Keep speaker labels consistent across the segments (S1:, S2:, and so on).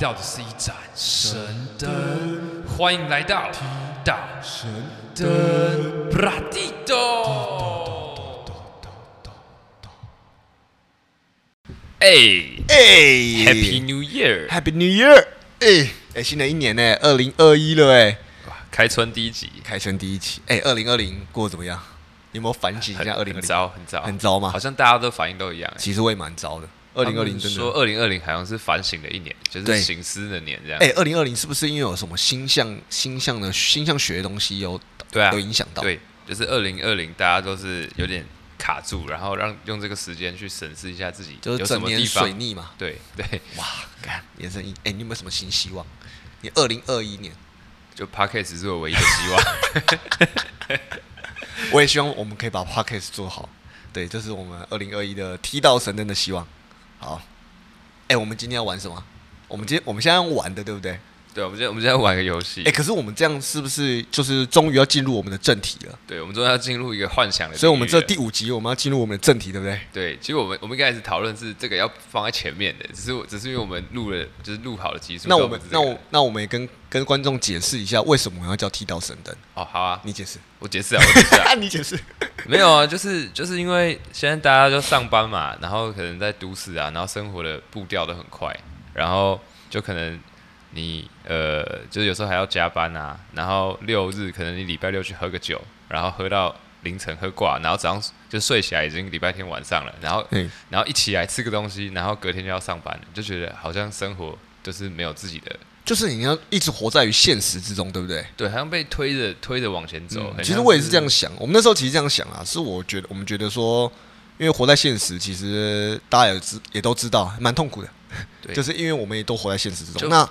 S1: 到的是一盏神灯，欢迎来到提到神灯布拉蒂多。哎
S2: 哎
S1: ，Happy New Year！
S2: Happy New Year！哎哎，新的一年呢，二零二一了哎，
S1: 哇开春第一集，
S2: 开春第一期哎，二零二零过得怎么样？你有没有反省一下二零二
S1: 很
S2: 零？
S1: 糟，很糟，
S2: 很糟吗
S1: 好像大家都反应都一样。哎
S2: 其实我也蛮糟的，二零二零真
S1: 说
S2: 的。
S1: 二零二零好像是反省的一年，就
S2: 对
S1: 是醒思的年这样。
S2: 哎，二零二零是不是因为有什么星象、星象的星象学的东西有
S1: 对啊
S2: 有，影响到？
S1: 对，就是二零二零，大家都是有点卡住，然后让用这个时间去审视一下自己
S2: 就是
S1: 有什
S2: 整
S1: 么
S2: 年
S1: 地
S2: 水
S1: 方。
S2: 逆嘛。
S1: 对对，
S2: 哇，干延伸一哎，你有没有什么新希望？你二零二一年，
S1: 就 p o d c a s t 是我唯一的希望。
S2: 我也希望我们可以把 podcast 做好。对，这是我们二零二一的踢到神灯的希望。好，哎、我们今天要玩什么？我们今天我们现在要玩的，对不对？
S1: 对，我们今天我们今天玩个游戏
S2: 哎、，可是我们这样是不是就是终于要进入我们的正题了？
S1: 对，我们终于要进入一个幻想的领域了。
S2: 所以，我们这第五集我们要进入我们的正题，对不对？
S1: 对，其实我们我们一开始讨论是这个要放在前面的，只是我只是因为我们录了就是录好了集数，
S2: 那
S1: 所以
S2: 我
S1: 们
S2: 们
S1: 这
S2: 那
S1: 个
S2: 我那我们也跟跟观众解释一下，为什么我们要叫剃刀神灯？
S1: 哦好啊，
S2: 你解释，
S1: 我解 释啊，我解释啊，
S2: 啊，你解释。
S1: 没有啊，就是就是因为现在大家都上班嘛，然后可能在都市啊，然后生活的步调都很快，然后就可能你呃，就是有时候还要加班啊，然后六日可能你礼拜六去喝个酒，然后喝到凌晨喝挂，然后早上就睡起来已经礼拜天晚上了，然后
S2: 嗯，
S1: 然后一起来吃个东西，然后隔天就要上班了，就觉得好像生活就是没有自己的，
S2: 就是你要一直活在于现实之中，对不对？
S1: 对，好像被推着推着往前走。很像
S2: 嗯其实我也是这样想，我们那时候其实这样想啊，是我觉得我们觉得说，因为活在现实，其实大家也知也都知道，蛮痛苦的，
S1: 对
S2: 就是因为我们也都活在现实之
S1: 就
S2: 中。那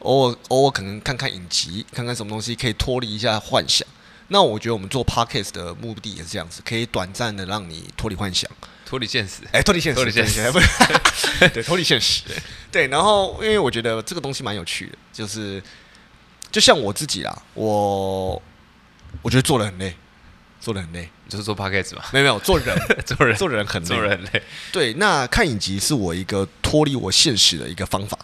S2: 偶尔偶尔可能看看影集，看看什么东西可以脱离一下幻想。那我觉得我们做 podcast 的目的也是这样子，可以短暂的让你脱离幻想，
S1: 脱离现实，
S2: 哎，脱离现实，
S1: 脱离现实
S2: 不 是，对，脱离现实，对。然后，因为我觉得这个东西蛮有趣的，就是就像我自己啦，我我觉得做人很累，做人很累，
S1: 就是做 podcast 嘛，
S2: 没有没有，做 人
S1: 做人
S2: 做人很累，
S1: 做人类。
S2: 对，那看影集是我一个脱离我现实的一个方法。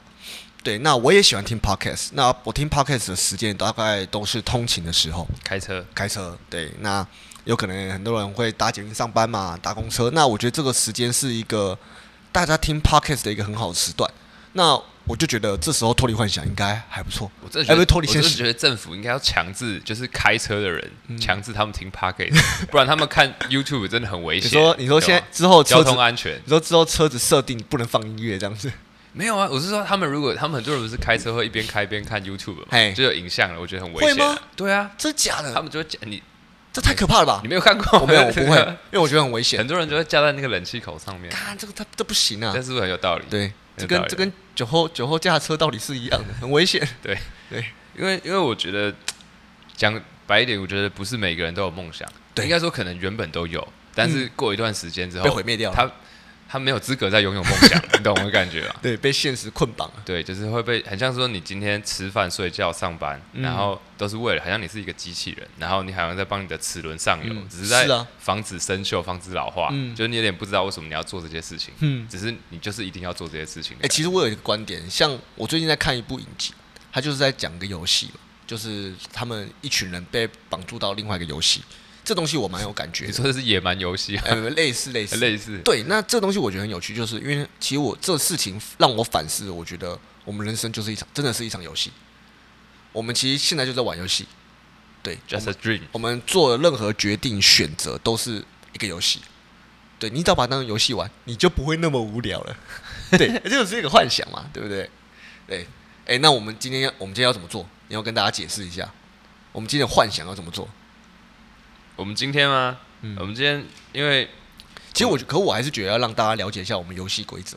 S2: 对，那我也喜欢听 podcast。那我听 podcast 的时间大概都是通勤的时候，
S1: 开车，
S2: 开车。对，那有可能很多人会搭捷运上班嘛，搭公车。那我觉得这个时间是一个大家听 podcast 的一个很好的时段。那我就觉得这时候脱离幻想应该还不错。
S1: 我真的觉
S2: 哎不
S1: 得，
S2: 是脱离
S1: 我
S2: 现
S1: 真的
S2: 实嗯
S1: 觉得政府应该要强制，就是开车的人强制他们听 p o c k e t 不然他们看 YouTube 真的很危
S2: 你
S1: 险。
S2: 说，你说
S1: 对
S2: 现在
S1: 吗
S2: 之后车
S1: 交
S2: 子
S1: 通，啊安全
S2: 你说之后车子设定不能放音乐这 样子，
S1: 没有啊？我是说，他们如果他们很多人不是开车会一边开一边看 YouTube 嘛，
S2: 嘿
S1: 就有影像了，我觉得很危险
S2: 会吗
S1: 啊。对啊，
S2: 真假
S1: 他
S2: 的？
S1: 们就会架你，
S2: 这太可怕了吧
S1: 你！没有看过？，
S2: 我没有，我不会 因为我觉得很危 险
S1: 很。多人就会架在那个冷气口上面，
S2: 看这个他这不行啊
S1: 这！是不是很有道理？
S2: 对，这
S1: 有
S2: 跟
S1: 道理
S2: 这跟酒后酒后驾车道理是一样的，很危险。
S1: 因为因为我觉得讲白一点，我觉得不是每个人都有梦想，
S2: 对嗯
S1: 应该说可能原本都有，但是过一段时间之后
S2: 被毁灭掉了
S1: 他他没有资格再拥有梦 想，你懂我的感觉吧？
S2: 对，被现实捆绑了。
S1: 对，就是会被很像说你今天吃饭、睡觉、上班，
S2: 嗯
S1: 然后都是为了好像你是一个机器人，然后你好像在帮你的齿轮上油，
S2: 嗯
S1: 只是在
S2: 是啊
S1: 防止生锈、防止老化，
S2: 嗯
S1: 就是你有点不知道为什么你要做这些事情，
S2: 嗯
S1: 只是你就是一定要做这些事情的
S2: 哎、
S1: 感觉。
S2: 其实我有一个观点，像我最近在看一部影集，它就是在讲个游戏嘛，就是他们一群人被绑住到另外一个游戏，这东西我蛮有感觉
S1: 你
S2: 的。
S1: 说的是野蛮游 戏啊，
S2: 呃，类似类似
S1: 类似，
S2: 对，那这东西我觉得很有趣，就是因为其实我这事情让我反思，我觉得我们人生就是一场，真的是一场游戏。我们其实现在就在玩游戏，对，
S1: ，just a dream。
S2: 我们做的任何决定、选择都是一个游戏。对你只要把它当成游戏玩，你就不会那么无聊了。 对，这就是一个幻想嘛，对不对？对，哎，那我们今天要我们今天要怎么做？你要跟大家解释一下，我们今天的幻想要怎么做？
S1: 我们今天吗？
S2: 嗯
S1: 我们今天因为
S2: 其实我觉可我还是觉得要让大家了解一下我们游戏规则。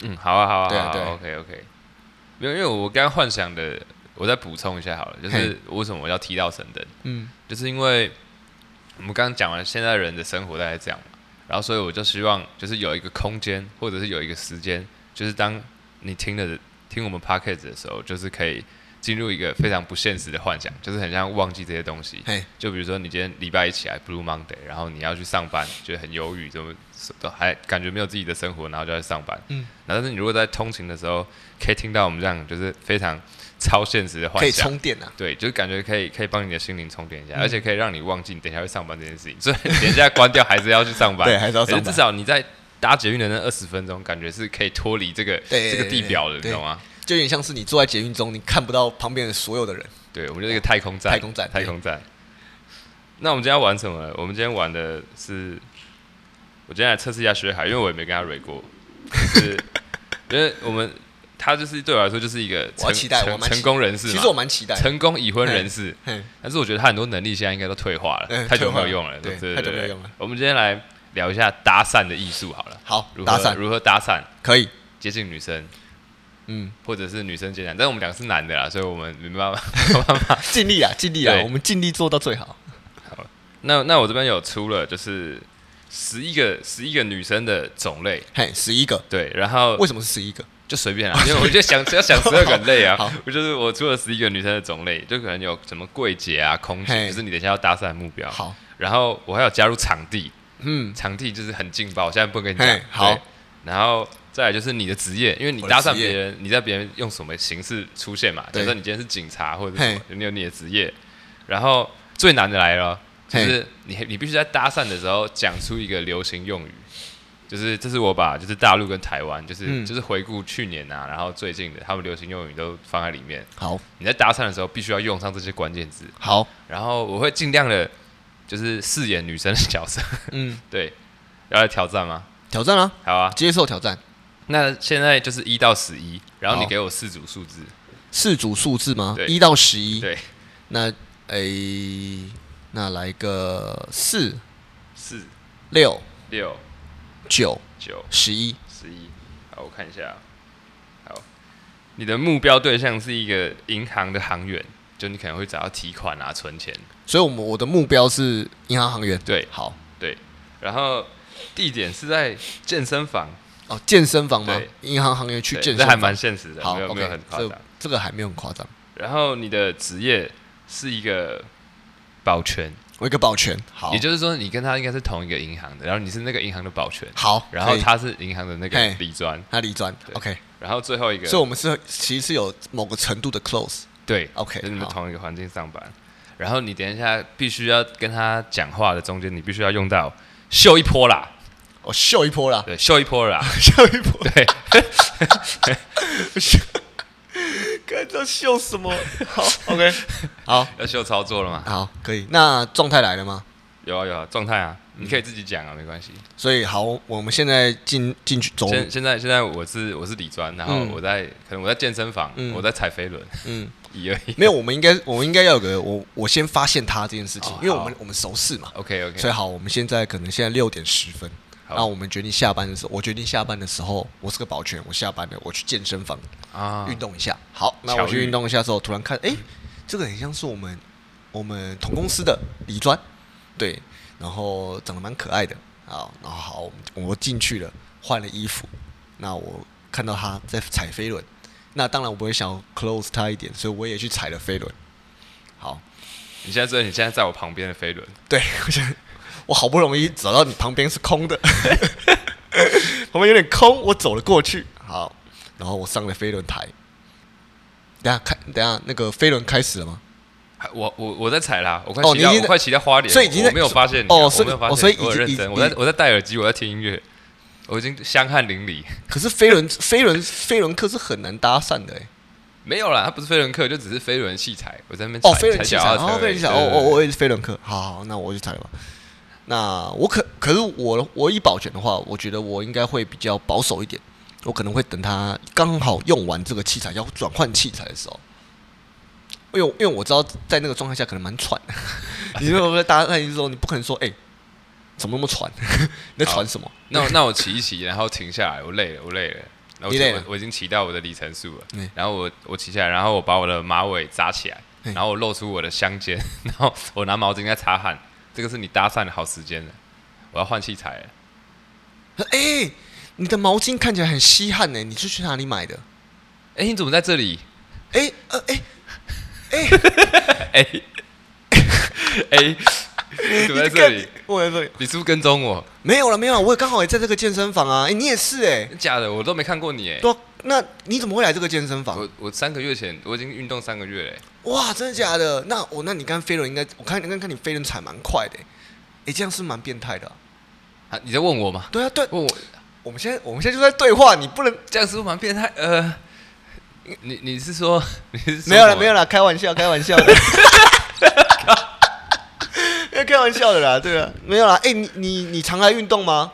S1: 嗯，好啊，好啊，
S2: 对啊
S1: 好啊，OK OK。没有，因为我刚刚幻想的，我再补充一下好了，就是
S2: 嘿
S1: 为什么我要提到神灯，
S2: 嗯
S1: 就是因为我们刚刚讲完现在人的生活大概这样嘛，然后所以我就希望就是有一个空间，或者是有一个时间，就是当你听了听我们 p o c k e t 的时候，就是可以进入一个非常不现实的幻想，就是很像忘记这些东西。
S2: 嘿，
S1: 就比如说你今天礼拜一起来 Blue Monday，然后你要去上班，觉得很忧郁，怎么都还感觉没有自己的生活，然后就要去上班。
S2: 嗯，
S1: 然后但是你如果在通勤的时候，可以听到我们这样就是非常超现实的
S2: 可
S1: 幻
S2: 以嗯
S1: 想。
S2: 充电啊，
S1: 对，就是感觉可以可以帮你的心灵充电一下，而且可以让你忘记你等一下会上班这件事情。所以你等一下关掉还是要去上班，
S2: 对还是要上班
S1: 可至少你在搭捷运的那二十分钟，感觉是可以脱离这个
S2: 对
S1: 这个地表的，你
S2: 对
S1: 知道吗？
S2: 就有点像是你坐在捷运中，你看不到旁边的所有的人。
S1: 对，我们就是一个太空站，
S2: 太空站
S1: 太空站。那我们今天要玩什么？我们今天玩的是，我今天来测试一下薛海，因为我也没跟他蕊过，就是 因为我们他就是对我来说就是一个
S2: 我
S1: 成
S2: 要期待我
S1: 成
S2: 蛮期
S1: 成功人士嘛，
S2: 其实我蛮期待的，
S1: 成功已婚人士，
S2: 嘿
S1: 但是我觉得他很多能力现在应该都退化了，
S2: 嗯
S1: 太久
S2: 退
S1: 没
S2: 化
S1: 有用了，
S2: 了对
S1: 对
S2: 太久没有用了。
S1: 我们今天来聊一下搭讪的艺术好了，
S2: 好
S1: 如，何
S2: 打伞
S1: 如何搭讪，
S2: 可以，
S1: 接近女生，
S2: 嗯，
S1: 或者是女生接近男，但是我们俩是男的啦，所以我们没办法。
S2: 尽力啊，尽力啊
S1: 对，
S2: 我们尽力做到最好。
S1: 那那我这边有出了就是十一个十一个女生的种类，
S2: 嘿，十一个，
S1: 对，然后
S2: 为什么是十一个？
S1: 就随便啦，啊因为我就想要 想十二个很累啊
S2: 好好，
S1: 我就是我出了十一个女生的种类，就可能有什么柜姐啊、空姐，
S2: 嘿
S1: 就是你等一下要搭讪的目标。
S2: 好，
S1: 然后我还有加入场地，
S2: 嗯，
S1: 场地就是很劲爆，我现在不能跟你讲
S2: 嘿。好
S1: 对，然后再来就是你的职业，因为你
S2: 我的
S1: 搭讪
S2: 职业
S1: 别人，你在别人用什么形式出现嘛？假
S2: 对
S1: 设你今天是警察或者是什么，你有你的职业。然后最难的来了，就
S2: 嘿
S1: 是你你必须在搭讪的时候讲出一个流行用语。就是，这是我把就是大陆跟台湾，就是、
S2: 嗯
S1: 就是回顾去年啊，然后最近的他们流行用语都放在里面。
S2: 好，
S1: 你在搭讪的时候必须要用上这些关键字，
S2: 好，
S1: 然后我会尽量的，就是饰演女生的角色，
S2: 嗯，
S1: 对，要来挑战吗？
S2: 挑战啊，
S1: 好啊，
S2: 接受挑战。
S1: 那现在就是一到十一，然后你
S2: 好
S1: 给我四组数字，
S2: 四组数字吗
S1: 对？
S2: 一到十一。
S1: 对，
S2: 那诶、那来个四
S1: 四
S2: 六
S1: 六
S2: 九
S1: 九
S2: 十一。
S1: 十一，好，我看一下，啊好，你的目标对象是一个银行的行员，就你可能会找到提款啊、存钱，
S2: 所以我们我的目标是银行行员。
S1: 对
S2: 好
S1: 对，然后地点是在健身房，
S2: 哦，健身房吗
S1: 对？
S2: 银行行员去
S1: 对
S2: 健身
S1: 这
S2: 房，
S1: 还蛮现实的，
S2: 好
S1: 没有没有
S2: ，OK，
S1: 很夸张
S2: 这。这个还没有很夸张。
S1: 然后你的职业是一个保全，
S2: 我一个保全，好
S1: 也，就是说你跟他应该是同一个银行的，然后你是那个银行的保全，
S2: 好，
S1: 然后
S2: 可以
S1: 他是银行的那个
S2: 嘿
S1: 理专，
S2: 他离专
S1: 对
S2: ，OK，
S1: 然后最后一个，
S2: 所以我们是其实是有某个程度的 close，
S1: 对
S2: OK，
S1: 就是你们
S2: 好
S1: 同一个环境上班，然后你等一下必须要跟他讲话的中间，你必须要用到秀一波啦，
S2: 我秀一波啦，
S1: 对，秀一波啦，
S2: 秀一波，
S1: 对，
S2: 看这秀 什么？好，OK，好，啊
S1: 要秀操作了嘛？
S2: 好，可以。那状态来了吗？
S1: 有啊有啊，状态啊，
S2: 嗯
S1: 你可以自己讲啊，没关系。
S2: 所以好，我们现在进进去走，
S1: 现现在现在我是我是理专，然后
S2: 嗯
S1: 我在可能我在健身房，
S2: 嗯
S1: 我在踩飞轮，
S2: 嗯，
S1: 一而已。
S2: 没有，我们应该我们应该要有个我我先发现他这件事情
S1: 哦，
S2: 因为
S1: 好
S2: 我们我们熟识嘛，
S1: OK OK，
S2: 所以好，我们现在可能现在六点十分，
S1: 好
S2: 那我们决定下班的时候，我决定下班的时候，我是个保全，我下班了，我去健身房
S1: 啊
S2: 运动一下。好，那
S1: 巧
S2: 我去
S1: 遇
S2: 运动一下之后，突然看，哎，这个很像是我们我们同公司的李专，对，然后长得蛮可爱的，好，然后好，我们我进去了，换了衣服，那我看到他在踩飞轮，那当然我不会想要 close 他一点，所以我也去踩了飞轮。好，
S1: 你现在知道你现在在我旁边的飞轮，
S2: 对， 我想我好不容易找到你旁边是空的， 旁边有点空，我走了过去。好，然后我上了飞轮台。等一下看，等一下那个飞轮开始了吗？
S1: 还我我我在踩啦，我快
S2: 哦
S1: 骑到、
S2: 你已经
S1: 我快骑到花莲了，
S2: 所以已经
S1: 我
S2: 在
S1: 没有发现你啊
S2: 哦
S1: 我
S2: 所以
S1: 没有发现
S2: 哦所以
S1: 你
S2: 已经
S1: 我很认
S2: 已
S1: 真，
S2: 经
S1: 我在我在戴耳机，我在听音乐，我已经香汗淋漓。
S2: 可是飞轮飞轮飞轮课是很难搭讪的哎、
S1: 没有啦，它不是飞轮课，就只是飞轮器材。我在那边
S2: 哦，
S1: 踩
S2: 飞轮器
S1: 踩
S2: 材，
S1: 脚踏车
S2: 哦，飞轮器材，
S1: 而已
S2: 哦，我我也是飞轮课。好好，那我去踩吧。那我可可是我我以保全的话，我觉得我应该会比较保守一点，我可能会等他刚好用完这个器材要转换器材的时候，因为我因为我知道在那个状态下可能蛮喘的， 你如果搭讪的时候，你不可能说哎、怎么那么喘？ 你在喘什么？
S1: 那我那我骑一骑，然后停下来，我累了，我累了。然后我
S2: 你累了
S1: 我我已经骑到我的里程数了
S2: 嗯，
S1: 然后我我骑下来，然后我把我的马尾扎起来，
S2: 嗯
S1: 然后我露出我的香肩，然后我拿毛巾在擦汗。这个是你搭讪的好时间了，我要换器材了。
S2: 哎、你的毛巾看起来很稀罕呢、你是去哪里买的？
S1: 哎，你怎么在这里？
S2: 哎、呃哎、
S1: 哎哎，你怎么在这里？
S2: 我在这里
S1: 你是不是跟踪我？
S2: 没有了，没有了，我也刚好也在这个健身房啊。哎，你也是哎、
S1: 真假的，我都没看过你哎。
S2: 对啊、那你怎么会来这个健身房？
S1: 我我三个月前我已经运动三个月欸嘞，
S2: 哇，真的假的？那我那你刚飞轮应该，我看刚看你飞轮踩蛮快的、哎，哎，这样是蛮变态的啊、
S1: 啊，你在问我吗？
S2: 对啊，对，
S1: 问我
S2: 我们现在我们现在就在对话，你不能
S1: 这样是不是蛮变态？呃，你你是说你是说
S2: 没有了，
S1: 我
S2: 没有了，开玩 笑，开玩笑的，要开玩笑的啦，对啊，没有啦。哎、你你你常来运动吗？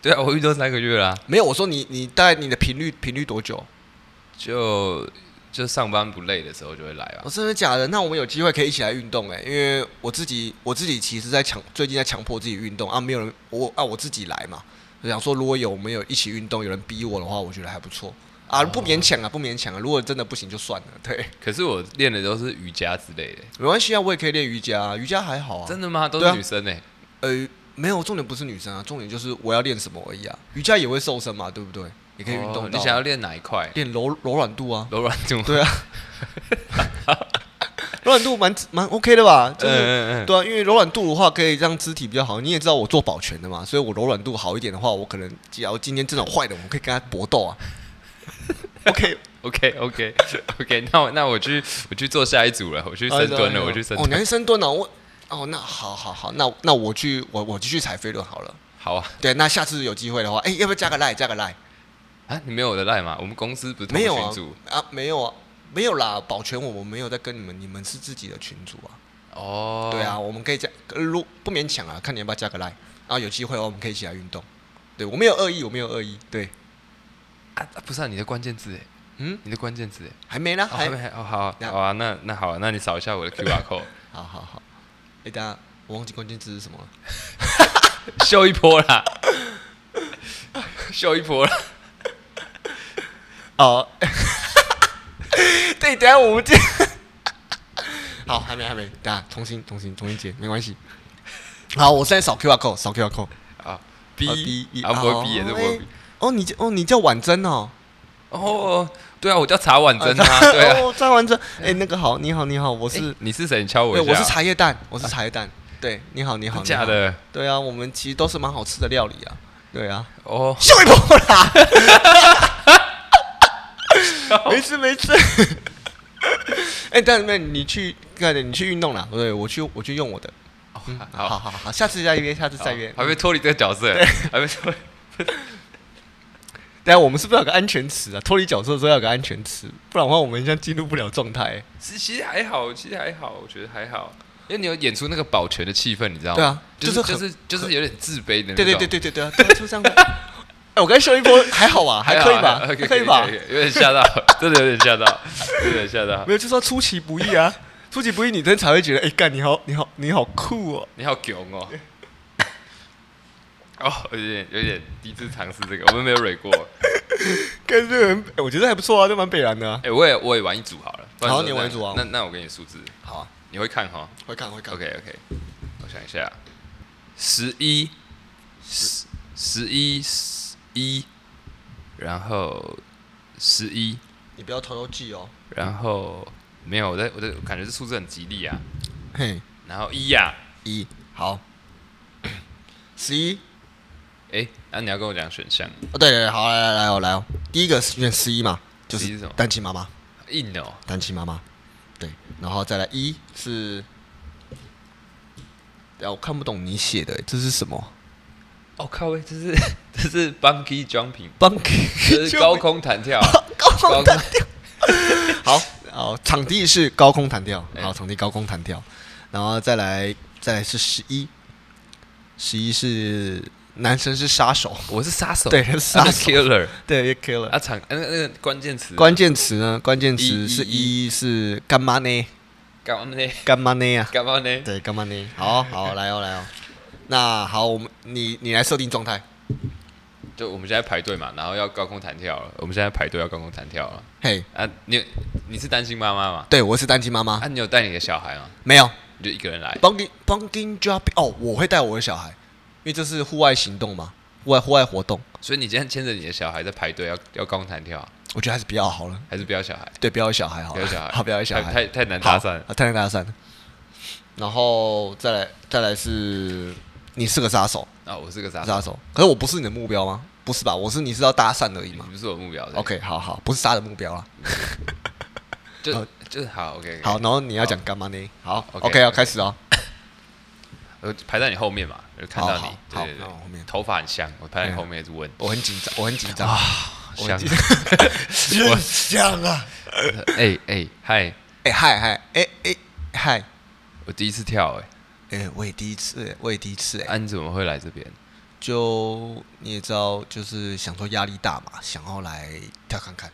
S1: 对啊，我运动三个月啦，
S2: 没有，我说你你大概你的频率频率多久？
S1: 就就上班不累的时候就会来啊吧
S2: 我、。哦真的假的？那我们有机会可以一起来运动哎、因为我自己我自己其实在强最近在强迫自己运动啊，没有人我啊我自己来嘛，就想说如果有我们有一起运动，有人逼我的话，我觉得还不错啊，不勉强啊，不勉强啊，如果真的不行就算了，对，
S1: 可是我练的都是瑜伽之类的，
S2: 没关系啊，我也可以练瑜伽、啊，瑜伽还好啊，
S1: 真的吗？都
S2: 对
S1: 是
S2: 啊
S1: 女生哎，
S2: 呃，没有，重点不是女生啊，重点就是我要练什么而已啊。瑜伽也会瘦身嘛，对不对？也可以运动到啊、
S1: 哦你想要练哪一 块？
S2: 练柔柔软度啊？
S1: 柔软度？
S2: 对啊， 柔软度蛮蛮 OK 的吧？就
S1: 嗯
S2: 是、
S1: 嗯嗯，
S2: 对啊，因为柔软度的话可以让肢体比较好。你也知道我做保全的嘛，所以我柔软度好一点的话，我可能只要今天这种坏的，我们可以跟他搏斗啊。OK，
S1: OK OK OK，那我那我去我去做下一组了，我 去深蹲了，我去深
S2: 哦，你要
S1: 蹲。
S2: 去深蹲了、我哦，那好好好，那那我去我我继续踩飞轮好了。
S1: 好啊
S2: 对，那下次有机会的话，哎、要不要加个赖？加个赖？
S1: 啊，你没有我的赖吗？我们公司不是同
S2: 没有
S1: 群
S2: 啊
S1: 组
S2: 啊，没有啊，没有啦，保全我们没有在跟你们，你们是自己的群主啊。
S1: 哦？
S2: 对啊，，我们可以加，呃如不勉强啊，看你要不要加个 line，啊，有机会哦，我们可以一起来运动。对我没有恶意，我没有恶意，对，
S1: 啊不是啊，你的关键字哎，
S2: 嗯，
S1: 你的关键字哎。
S2: 还没啦，
S1: 哦
S2: 还
S1: 还没还哦，好啊
S2: 那
S1: 好啊，那那好啊，那你扫一下我的 QR code，
S2: 好好好，哎、大家我忘记关键字是什么了。
S1: 秀一波啦，秀一波啦。
S2: 哦， 对，等一下我们这， 好，还没还没，等一下重新重新重新接，没关系。好，我现在扫 QR code，扫 QR code。
S1: 啊
S2: 好
S1: ，B
S2: 第一
S1: 啊，不会 B 也是
S2: 哦
S1: 不会
S2: 哎
S1: B。
S2: 哦，你叫哦，你叫婉珍哦，
S1: 哦，对啊，我叫茶碗
S2: 啊
S1: 蒸啊，对啊。
S2: 哦，张婉 珍，哎，那个好，你好，你好，我是
S1: 哎，你是谁？你敲我
S2: 对，
S1: 一下。啊
S2: 我是茶叶蛋，我是茶叶蛋，对，你好，你好，
S1: 真
S2: 你
S1: 假
S2: 好，
S1: 的
S2: 对啊，我们其实都是蛮好吃的料理啊，对啊，
S1: 哦，
S2: 秀一波啦，没事没事，哎，但那你去，对的，你去运动啦，对，我去我去用我的，嗯好好
S1: 好，
S2: 好好，下次再约，下次
S1: 好
S2: 再约，
S1: 还没脱离这个角色，还没脱离。
S2: 等下我们是不是要有个安全词啊？脱离角色之后要有个安全词，不然的话我们像进入不了状态、欸
S1: 其其实还好，其实还好，我觉得还好，因为你有演出那个保全的气氛，你知道吗？
S2: 对啊
S1: 就
S2: 就是是
S1: 就
S2: 很
S1: 是就是有点自卑的那种。
S2: 对对对对对对啊，对啊，就这样。哎、我刚才秀一波还好吧，还
S1: 好，
S2: 可以吧，还
S1: 还
S2: 可以吧。
S1: 有点吓到， 真的有点吓到，有点吓到。
S2: 没有，就是要出其不意啊， 出其不意，女生才会觉得，哎、干你好，你好，你好酷哦。
S1: 你好囧哦！ 哦，有点有点第一次尝试这个，我们没有蕊过。
S2: 跟这个人，哎我觉得还不错啊，这蛮北然的、啊
S1: 哎、。我也我也玩一组好了。不然
S2: 好
S1: 就
S2: 你玩一组啊
S1: 那那我给你数字，
S2: 好啊，
S1: 你会看哈
S2: 会看会看。
S1: ？OK OK，我想一下，十一，十十一十一，然后十一，
S2: 你不要偷偷记哦。
S1: 然后没有，我在我在我感觉这数字很吉利啊。
S2: 嘿，
S1: 然后一啊呀、
S2: 一好， 十一
S1: 哎、那、你要跟我讲选项，
S2: 哦，对对对，好来来来哦来哦，第一个是选十一嘛，就
S1: 11是
S2: 是
S1: 什么
S2: 单亲妈妈，
S1: 硬哦，
S2: 单亲妈妈，对，然后再来一是，哎、我看不懂你写的、这是什 么
S1: 哦靠喂，这是 这是 Bunky Jumping。这
S2: ？Bunky
S1: 是 高空弹跳，啊
S2: 高
S1: 高
S2: 空
S1: 空
S2: 弹跳。好，哦，场地是高空弹跳，
S1: 哎
S2: 好，场地高空弹跳，然后再来再来是十一，十一是男生是杀手，
S1: 我是杀手，
S2: 对
S1: 他是
S2: 杀手
S1: killer
S2: 对，也 kill
S1: 啊，场那个那个关键词，
S2: 关键词呢？关键词
S1: 一
S2: 是
S1: 一
S2: 一是干嘛呢？
S1: 干嘛呢？
S2: 干嘛呢啊？
S1: 干嘛呢？
S2: 对，干嘛呢？好好来哦来哦，那好，我们你你来设定状态，
S1: 就我们现在排队嘛，然后要高空弹跳了，我们现在排队要高空弹跳了
S2: 嘿，
S1: 啊！你你是担心妈妈吗？
S2: 对我是单亲妈妈
S1: 啊，，你有带你的小孩吗？
S2: 没有
S1: 你就一个人来
S2: Bunking Bunking Jumping 哦，我会带我的小孩，因为这是户外行动嘛，户外户外活动。
S1: 所以你今天牵着你的小孩在排队要要高空弹跳啊，
S2: 我觉得还是比较好了。
S1: 还是不要小孩，
S2: 对，不要有小孩好
S1: 不
S2: 了，
S1: 要小孩，
S2: 好，不要有小孩，
S1: 太太太难
S2: 好
S1: 搭讪了。
S2: 啊，太难搭讪了。然后再来，再来是你是个杀手，
S1: 啊！我是个杀
S2: 杀手，可是我不是你的目标吗？不是吧？我是你是要搭讪而已
S1: 你
S2: 嘛。
S1: 不是我目标。对
S2: OK，好好，不是杀的目标啦。
S1: 就就是好，OK，
S2: 好，，然后你要讲干嘛呢？好
S1: OK，
S2: ，OK，要
S1: OK
S2: 开始哦。
S1: 我排在你后面嘛，就看
S2: 好
S1: 到
S2: 好
S1: 你，
S2: 好
S1: 对对
S2: 那
S1: 对
S2: 我后面
S1: 头发很香，我排在你
S2: 嗯
S1: 后面一直闻，
S2: 我很紧张，我很紧张，
S1: 啊
S2: 我
S1: 香
S2: 很，香啊！
S1: 哎哎嗨，
S2: 哎嗨嗨，哎哎嗨，
S1: 我第一次跳哎，
S2: 哎，我也第一次，我也第一次哎。
S1: 啊你怎么会来这边？
S2: 就你也知道，就是想说压力大嘛，想要来跳看看。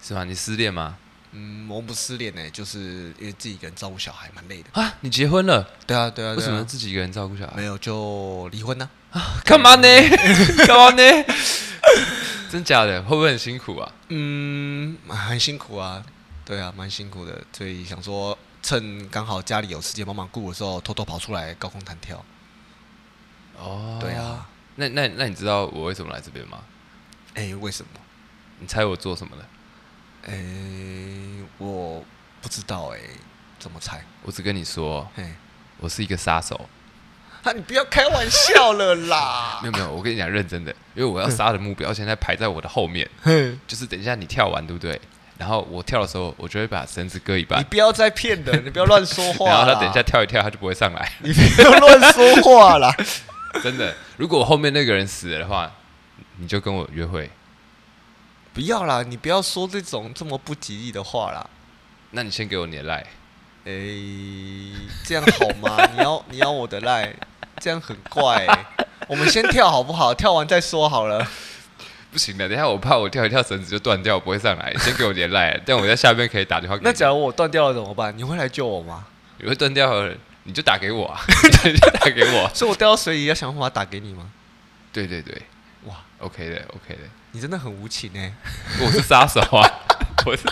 S1: 是吗？你失恋吗？
S2: 嗯，我不失恋呢，就是因为自己一个人照顾小孩蛮累的。
S1: 啊，你结婚了？
S2: 对啊，对啊，
S1: 为
S2: 对
S1: 什
S2: 啊
S1: 么自己一个人照顾小 孩？
S2: 没有就离婚呢、啊
S1: 干嘛呢？ 干嘛呢？ 真假的？会不会很辛苦啊？
S2: 嗯，很辛苦啊，对啊，蛮辛苦的，所以想说趁刚好家里有时间帮忙顾的时候，偷偷跑出来高空弹跳。
S1: 哦，
S2: 对。啊，
S1: 那那那你知道我为什么来这边吗？
S2: 哎、为什么？
S1: 你猜我做什么了？
S2: 哎、我不知道哎、怎么猜？
S1: 我只跟你说，
S2: 哎，
S1: 我是一个杀手。
S2: 啊，你不要开玩笑了啦
S1: 没！有没有，我跟你讲认真的，因为我要杀的目标现在排在我的后面，
S2: 嘿
S1: 就是等一下你跳完，对不对？然后我跳的时候，我就会把绳子割一
S2: 你
S1: 半，
S2: 不要再骗人，你不要乱说话。
S1: 然后他等一下，跳一跳，他就不会上来。
S2: 你不要乱说话啦。
S1: 真的，如果我后面那个人死了的话，你就跟我约会。
S2: 不要啦，你不要说这种这么不吉利的话啦。
S1: 那你先给我你的赖，
S2: 诶、这样好 吗？你要你要我的赖，这样很怪、欸。我们先跳好不好？跳完再说好了。
S1: 不行的，等一下我怕我跳一跳绳子就断掉，我不会上来。先给我你的赖，但我在下面可以打电话给你。
S2: 那假如我断掉了怎么办？你会来救我吗？
S1: 你会断掉的，你就打给 我啊，你就打给我。
S2: 所以我掉到水里要想办法打给你吗？
S1: 对对对
S2: 哇，
S1: ，OK 的，OK 的。
S2: 你真的很无情哎、
S1: 我是杀手 啊，我是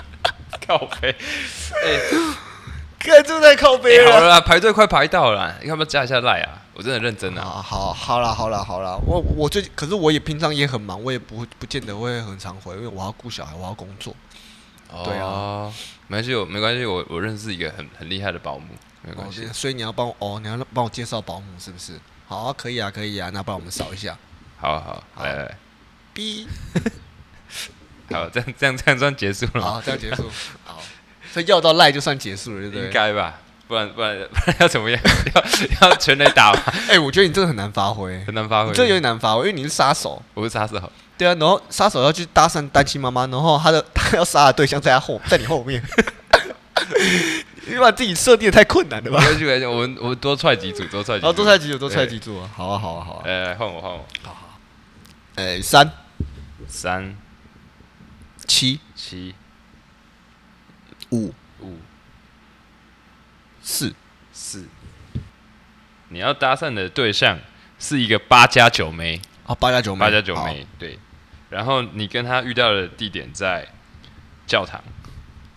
S1: 靠背。
S2: 看，这太靠背
S1: 欸好了。啦，排队快排到了啦，你要不要加一下赖啊？我真的认真啊。
S2: 欸好好好啦好啦好啦，我我最可是我也平常也很忙，我也不不见得会很常回，因为我要顾小孩，我要工作。哦对
S1: 啊，没关系，我没关系，我我认识一个很很厉害的保姆，没
S2: 哦
S1: 关，系
S2: 对。所以你要帮我哦，你要帮我介绍保姆是不是？好啊，可以啊可以啊，那帮我们扫一下。
S1: 好好，
S2: 好
S1: 来来，
S2: B。
S1: 来好，这样这样这样算结束了吗，
S2: 好，这样 结束。好，所以要到赖就算结束了，对不对？
S1: 应。该吧？不然不然 不然要怎么样？要要全力打吗？
S2: 哎、我觉得你这个很难发挥，
S1: 很难发挥
S2: 你。这个有点难发挥，因为你是杀手。
S1: 我是杀手，
S2: 对啊，然后杀手要去搭讪单亲妈妈，然后他的他要杀的对象在他后，在你后 面。你把自己设定的太困难了
S1: 没
S2: 吧？
S1: 关系没关系，我们我们多踹几组，多踹几
S2: 然后
S1: 组，
S2: 哦多踹几组，多踹
S1: 对
S2: 几。组啊。好啊，好啊，好啊。
S1: 来来，换我换我，
S2: 哎、三
S1: 三
S2: 七
S1: 七
S2: 五
S1: 五
S2: 四，
S1: 四，你要搭讪的对象是一个八加九妹，
S2: 好，八加九妹，
S1: 八加九
S2: 好
S1: 妹，对。然后你跟他遇到的地点在教堂，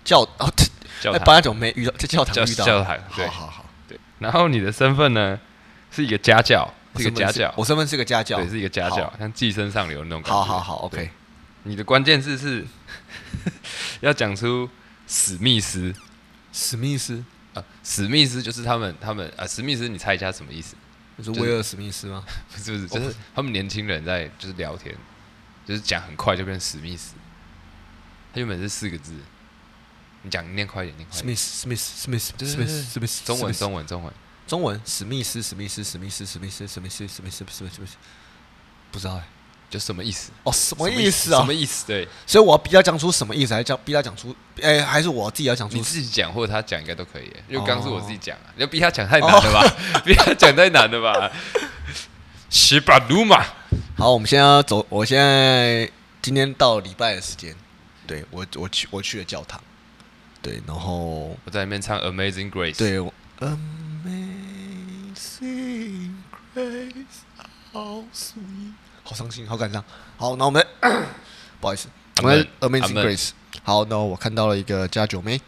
S2: 教哦，
S1: 教
S2: 哎
S1: 堂，
S2: 八加九妹遇到在教堂
S1: 教
S2: 遇到，
S1: 教堂对
S2: 好好好，
S1: 对。然后你的身份呢是一个家教，
S2: 我
S1: 是一个
S2: 身份
S1: 家教，
S2: 我身份是个家教，
S1: 对，是一个家教，像寄生上流那种感觉。
S2: 好好好
S1: 对
S2: ，OK。
S1: 你的关键字是 要讲出史密斯。
S2: 史密斯，
S1: 啊，史密斯就是他们，他们啊，史密斯，你猜一下什么意思？
S2: 你说
S1: 就是
S2: 威尔史密斯吗？
S1: 不是不是，
S2: 我
S1: 就是他们年轻人在就是聊天，就是讲很快就变史密斯。他原本是四个字，你讲你念快一点，念快一点。
S2: Smith Smith Smith
S1: 对
S2: Smith
S1: 对对
S2: Smith
S1: 中文
S2: Smith
S1: 中文中文，
S2: 中文史密斯史密斯史密斯史密斯史密斯史密斯史密斯史密斯不知道哎
S1: 就什么意思？
S2: 哦什么
S1: 什
S2: 意思啊
S1: 什么？意思？对
S2: 所以我要逼他讲出什么意思，还是叫逼他讲出哎还是我自己要讲
S1: 你
S2: 出？
S1: 自己讲或者他讲应该都可以耶，因为
S2: 哦
S1: 刚是我自己讲啊，你要逼他讲太难了 吧？逼他讲太难了吧？十八鲁马，
S2: 好，我们现在要走，我现在今天到礼拜的时间，对我我去我去了教堂，对，然后
S1: 我在里面唱 Amazing Grace。，
S2: 对我 Amazing Grace，好 sweet，好伤心，好感伤。好，那我们不好意思，我们
S1: Amen，
S2: Amazing
S1: Amen
S2: Grace。好，那我看到了一个加九妹，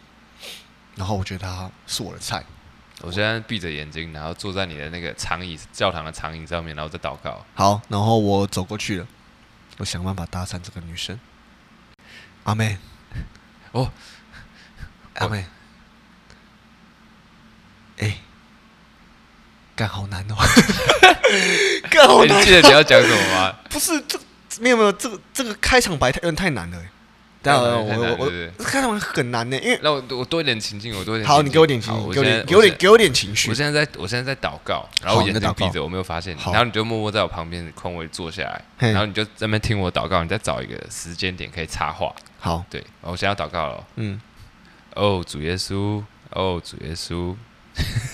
S2: 然后我觉得她是我的菜。
S1: 我现在闭着眼睛，然后坐在你的那个长椅，教堂的长椅上面，然后在祷告。
S2: 好，然后我走过去了，我想办法搭讪这个女生。阿妹，
S1: 哦，
S2: 阿妹，哎、干 好难哦，干好
S1: 欸
S2: 难
S1: 你记得你要讲什么吗？
S2: 不是这没有没有这个这个开场白太有点太难了欸。等一下
S1: 太
S2: 我
S1: 难了太难
S2: 我
S1: 了对
S2: 我开场白很难呢，因为
S1: 让我我多一点情境，我多一点情境。
S2: 好，你给我点情
S1: 好
S2: 绪，
S1: 我
S2: 给我
S1: 现在
S2: 点给我点
S1: 现
S2: 给我点情绪
S1: 我。现在在我现在在祷告，然后
S2: 好
S1: 我眼
S2: 你在
S1: 睛
S2: 祷告
S1: 闭着，我没有发现你，
S2: 好
S1: 然后你就默默在我旁边空位坐下来，
S2: 嘿
S1: 然后你就在那边听我祷告，你再找一个时间点可以插话。
S2: 好，
S1: 对，然后我现在要祷告了哦。
S2: 嗯，
S1: 哦，主耶稣，哦，主耶稣，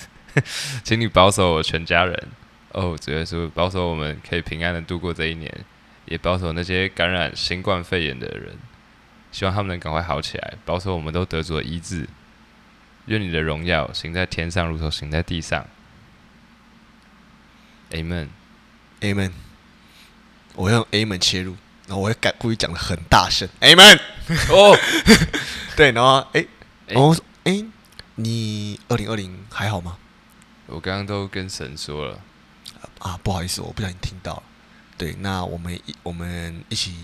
S1: 请你保守我全家人。哦，主耶稣，保守我们可以平安的度过这一年，也保守那些感染新冠肺炎的人，希望他们能赶快好起来，保守我们都得着医治。愿你的荣耀行在天上，如同行在地上。Amen。
S2: Amen。我要用 Amen 切入，然后我会改故意讲的很大声，Amen。
S1: 哦，
S2: 对，然后哎，
S1: 哎
S2: 然后哎，诶你二零二零还好吗？
S1: 我刚刚都跟神说了，
S2: 啊，不好意思，我不小心听到了。对，那我们一我们一起，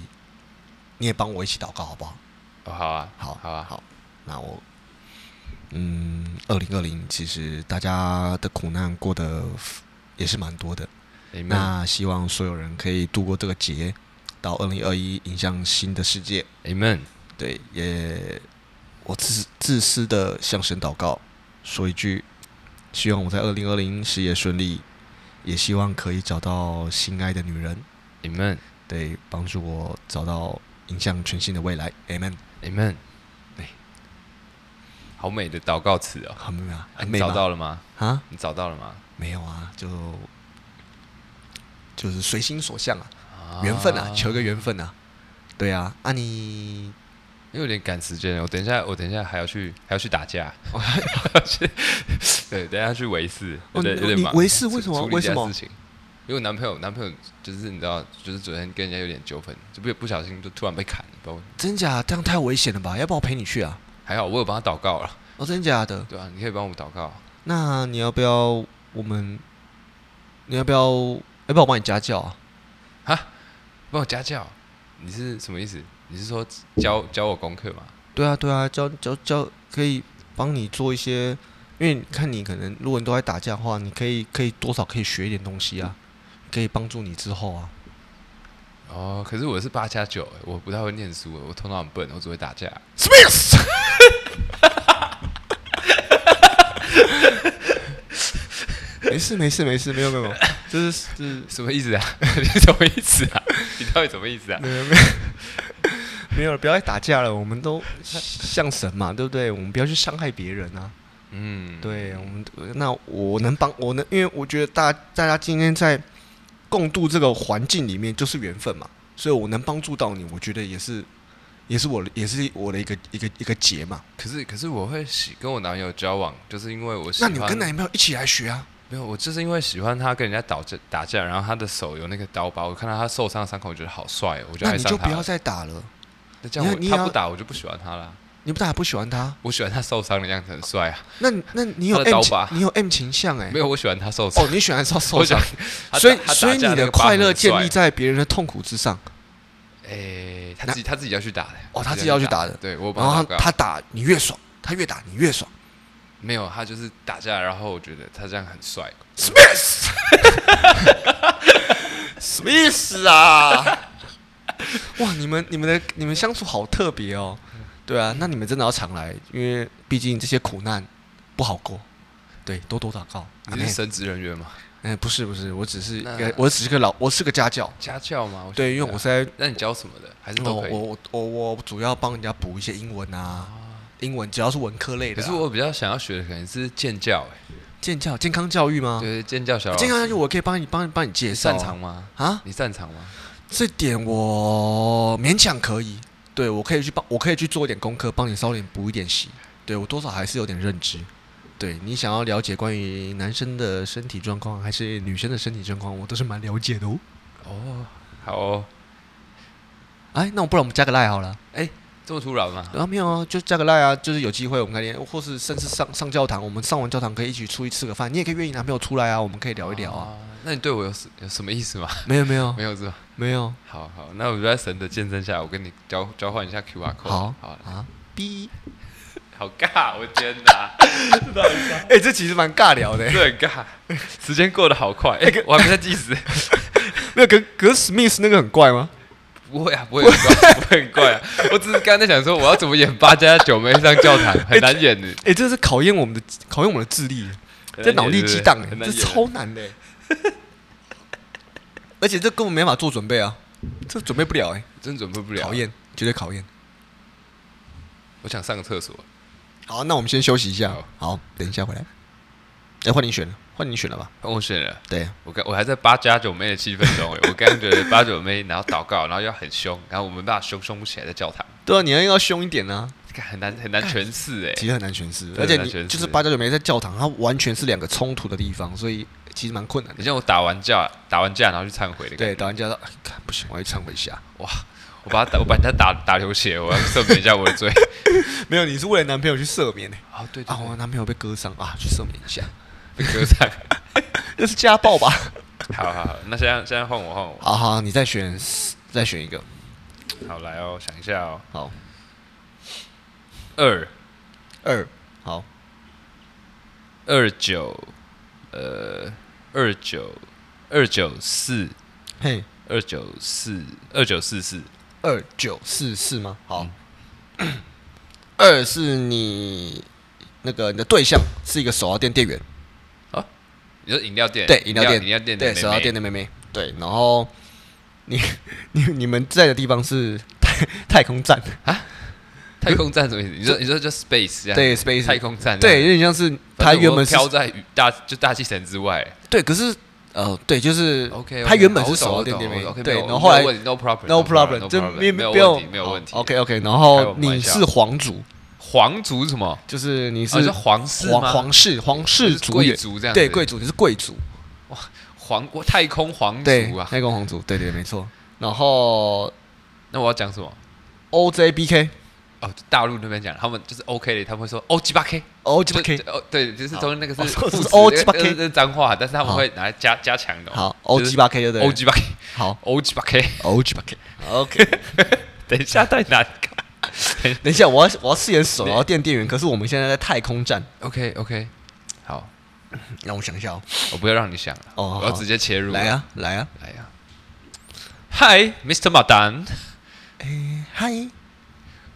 S2: 你也帮我一起祷告好不好？
S1: 哦，好啊，
S2: 好
S1: 好啊，
S2: 好，那我，嗯，二零二零其实大家的苦难过得也是蛮多的，
S1: ，Amen，Amen。
S2: 那希望所有人可以度过这个劫，到二零二一迎向新的世界。
S1: Amen
S2: 对，也我自自私的向神祷告，说一句，希望我在二零二零事业顺利，也希望可以找到心爱的女人，
S1: Amen
S2: 对，帮助我找到迎向全新的未来。Amen。
S1: Amen。
S2: 对，
S1: 哎好美的祷告词哦！
S2: 很美啊，
S1: 啊
S2: 很
S1: 你
S2: 美
S1: 找
S2: 吗？
S1: 到了吗？
S2: 啊，
S1: 你找到了吗？
S2: 没有啊，就就是随心所向啊，
S1: 啊
S2: 缘分啊，求一个缘分啊。对啊，啊你
S1: 因为有点赶时间了，我等一下，我等一下还要去，还要去打 架。对，等一下去维斯，有
S2: 哦
S1: 点
S2: 你
S1: 有点
S2: 你
S1: 忙。
S2: 维斯
S1: 处
S2: 为什么
S1: 处理
S2: 为
S1: 一下
S2: 什么
S1: 事情？因为我男朋友，男朋友就是你知道，就是昨天跟人家有点纠纷，就不不小心就突然被砍，不知道为什么
S2: 真假这样太危险了吧？要不要我陪你去啊？
S1: 还好我有帮他祷告 了，
S2: 哦，真假的？
S1: 对啊，你可以帮我祷告。
S2: 那你要不要我们？你要不要？要不要我帮你家教啊？
S1: 帮我家教，你是什么意思？你是说教教我功课吗？
S2: 对啊，对啊，教教教可以帮你做一些，因为你看你可能如果你都在打架的话，你可以可以多少可以学一点东西啊，可以帮助你之后啊。
S1: 哦，可是我是八加九，我不太会念书，我头脑很笨，我只会打架。
S2: Smith，没事没事没事，没有没有没有，这是这是
S1: 什么意思啊？ 你什么意思啊？ 你到底什么意思啊？
S2: 没有没有没有了，不要再打架了，我们都像神嘛，对不对？我们不要去伤害别人啊。
S1: 嗯，
S2: 对，我们那我能帮我能，因为我觉得大大家今天在共度这个环境里面就是缘分嘛，所以我能帮助到你，我觉得也是也是我的也是我的一个一个一个结嘛。
S1: 可是可是我会喜跟我男友交往，就是因为我喜
S2: 那
S1: 欢。
S2: 你跟男朋友一起来学啊？
S1: 没有，我就是因为喜欢他跟人家打架打架，然后他的手有那个刀疤，我看到他受伤的伤口，我觉得好帅哦，我就
S2: 那
S1: 爱
S2: 你
S1: 上
S2: 就
S1: 他
S2: 不要
S1: 了。
S2: 再打了，
S1: 那这样
S2: 你
S1: 我
S2: 要
S1: 他不打我就不喜欢他啦。
S2: 你不打不喜欢他，
S1: 我喜欢他受伤的样子很帅啊，
S2: 那你那你有
S1: 他的
S2: M
S1: 刀
S2: 情
S1: 疤
S2: 你有 M 倾向哎、
S1: 没有我喜欢他受伤
S2: 哦，，你喜欢受受
S1: 我喜
S2: 伤
S1: 欢，他
S2: 所以
S1: 打他打
S2: 所以
S1: 架那
S2: 你的
S1: 个疤
S2: 快乐
S1: 很帅
S2: 建立在别人的痛苦之上，
S1: 哎，他自己他自己要去打的
S2: 哦他自己要去打的
S1: 对我
S2: 然
S1: 帮
S2: 后
S1: 他
S2: 他他打你越爽，他越打你越爽。
S1: 没有，他就是打架，然后我觉得他这样很帅。
S2: Smith，什么意思啊？ 哇，你们你们的你们相处好特别哦。对啊，那你们真的要常来，因为毕竟这些苦难不好过。对，多多祷告。阿
S1: 你
S2: 妹
S1: 是，神职人员吗？
S2: 哎、不是不是，我只是一个
S1: 那
S2: 我只是个老，我是个家教。
S1: 家教吗？我
S2: 对，
S1: 想
S2: 因为
S1: 一
S2: 我
S1: 下
S2: 是在
S1: 那你教什么的？还是
S2: 哦，
S1: 都可以？
S2: 我我我我主要帮人家补一些英文啊，
S1: 啊
S2: 英文只要是文科类的
S1: 可
S2: 啊、
S1: 是我比较想要学的可能是健教、欸，
S2: 健教健康教育吗？
S1: 对健教小老师
S2: 健康教育我可以帮你帮你帮你介
S1: 你
S2: 绍啊、
S1: 擅长吗？
S2: 啊。
S1: 你擅长吗？
S2: 这点我勉强可以，对我可以去帮，我可以去做一点功课，帮你稍微补一点习。对我多少还是有点认知。对你想要了解关于男生的身体状况还是女生的身体状况，我都是蛮了解的哦。
S1: 哦，好哦，
S2: 哎，那我不然我们加个赖好了。
S1: 哎、这么突然吗？
S2: 然后没有啊，就加个赖啊，就是有机会我们改天，或是甚至上上教堂，我们上完教堂可以一起出去吃个饭，你也可以约你男朋友出来啊，我们可以聊一聊啊。
S1: 哦。那你对我有什有什么意思吗？
S2: 没有没有
S1: 没有是吧？
S2: 没有，
S1: 好好，那我就在神的见证下，我跟你交交换一下 QR code。
S2: 好
S1: 好，
S2: 啊，B，
S1: 好尬，我天哪，
S2: 哎、 这其实蛮 尬聊的、
S1: 这很尬，时间过得好快，哎、我还没在计时。
S2: 没有，可可是 Smith 那个很怪吗？
S1: 不会啊，不会很怪，不会很怪啊！ 我只是刚才在想说，我要怎么演八加九妹上教堂，很难演的，
S2: 哎、这是考验我们的考验我们的智力，
S1: 很难演
S2: 这脑力激荡、欸
S1: 对不对
S2: 这
S1: 很难演
S2: 超难的、欸 而且这根本没法做准备啊，这准备不了哎、
S1: 真准备不了。
S2: 考，验，绝对考验。
S1: 我想上个厕所。
S2: 好，那我们先休息一下
S1: 好，
S2: 好，等一下回来。哎、换你选了，换你选了吧？
S1: 我选了，
S2: 对，啊
S1: 我刚我还在八加九妹的气氛中 哎，我刚刚觉得八九妹，然后祷告，然后又很凶，然后我们把凶凶不起来在教堂，
S2: 对啊，你要要凶一点啊，
S1: 干很难很难诠释哎。
S2: 其实很难诠释，
S1: 对
S2: 而且
S1: 很难
S2: 你
S1: 诠释
S2: 就是八加九没在教堂，它完全是两个冲突的地方，所以其实蛮困难的
S1: 你。像我打完架，打完架然后去忏悔的，
S2: 对，，打完架说，哎，看不行，我要去忏悔一下。
S1: 我把他打，我把人家打打流血，我要赦免一下我的罪。
S2: 没有，你是为了男朋友去赦免欸
S1: 哦，对对
S2: 啊，我男朋友被割伤啊，去赦免一下，
S1: 对，歌唱，
S2: 这是家暴吧？
S1: 好好好，那现在现在换我换我，
S2: 好好，你再选，再选一个。
S1: 好来哦，想一下哦，
S2: 好，
S1: 二
S2: 二，好，
S1: 二九，呃，二九二九四
S2: 嘿，
S1: 二九四二九四四，
S2: 二九四四吗？好，
S1: 嗯
S2: 二是你那个你的对象是一个手摇店店员，
S1: 你说饮料店？
S2: 对，饮料店，
S1: 饮料店的
S2: 对，
S1: 妹
S2: 手摇
S1: 妹
S2: 店的妹妹，对，然后你 你你们在的地方是太太空站，
S1: 啊太空站什么意思？你说你说就 space 这样？
S2: 对，space
S1: 太空站这样，
S2: 对，有点像是
S1: 反
S2: 他
S1: 正
S2: 原
S1: 我
S2: 本是
S1: 飘在宇大就大气层之外。
S2: 对，可是呃，对，就是
S1: OK，
S2: 他原本是手摇店店妹，对，然后后来
S1: no problem
S2: no problem，
S1: 这
S2: 这
S1: 没
S2: 没
S1: 有
S2: 不要
S1: 问题没有问题。
S2: OK OK，然
S1: 开
S2: 后
S1: 我们玩
S2: 你
S1: 笑
S2: 是皇族，
S1: 皇族是什么？
S2: 就是你
S1: 哦你
S2: 是
S1: 说皇室
S2: 皇
S1: 吗
S2: 皇室皇室
S1: 就是
S2: 族
S1: 贵
S2: 员，
S1: 族这样子
S2: 对，贵族你是贵族，
S1: 皇太空皇
S2: 对
S1: 族，啊。
S2: 太空皇族，对对没错。然后
S1: 那我要讲什么？
S2: OJBK
S1: 哦，大陆那边讲，他们就是 OK 的，他们会说哦鸡巴 K，就
S2: OJBK
S1: 哦对，就是
S2: 好
S1: 从那个是
S2: 哦
S1: 副词
S2: 是哦鸡巴
S1: 那个
S2: K
S1: 那个是脏话，但是他们
S2: 好
S1: 会拿来加加强的。
S2: 好 OJBK 就对
S1: 哦
S2: 了，
S1: 鸡巴 K，
S2: 好
S1: 哦鸡巴 K，
S2: OJBK OK。
S1: 等一下太难 搞。
S2: 等一下，我要我要饰演手摇店店员，可是我们现在在太空站，
S1: OK OK，好，
S2: 让我想一下哦。
S1: 我不要让你想了，
S2: 哦好
S1: 我要直接切入。
S2: 来，啊来啊，
S1: 来啊！Hi Mr. Madan，
S2: 嗨，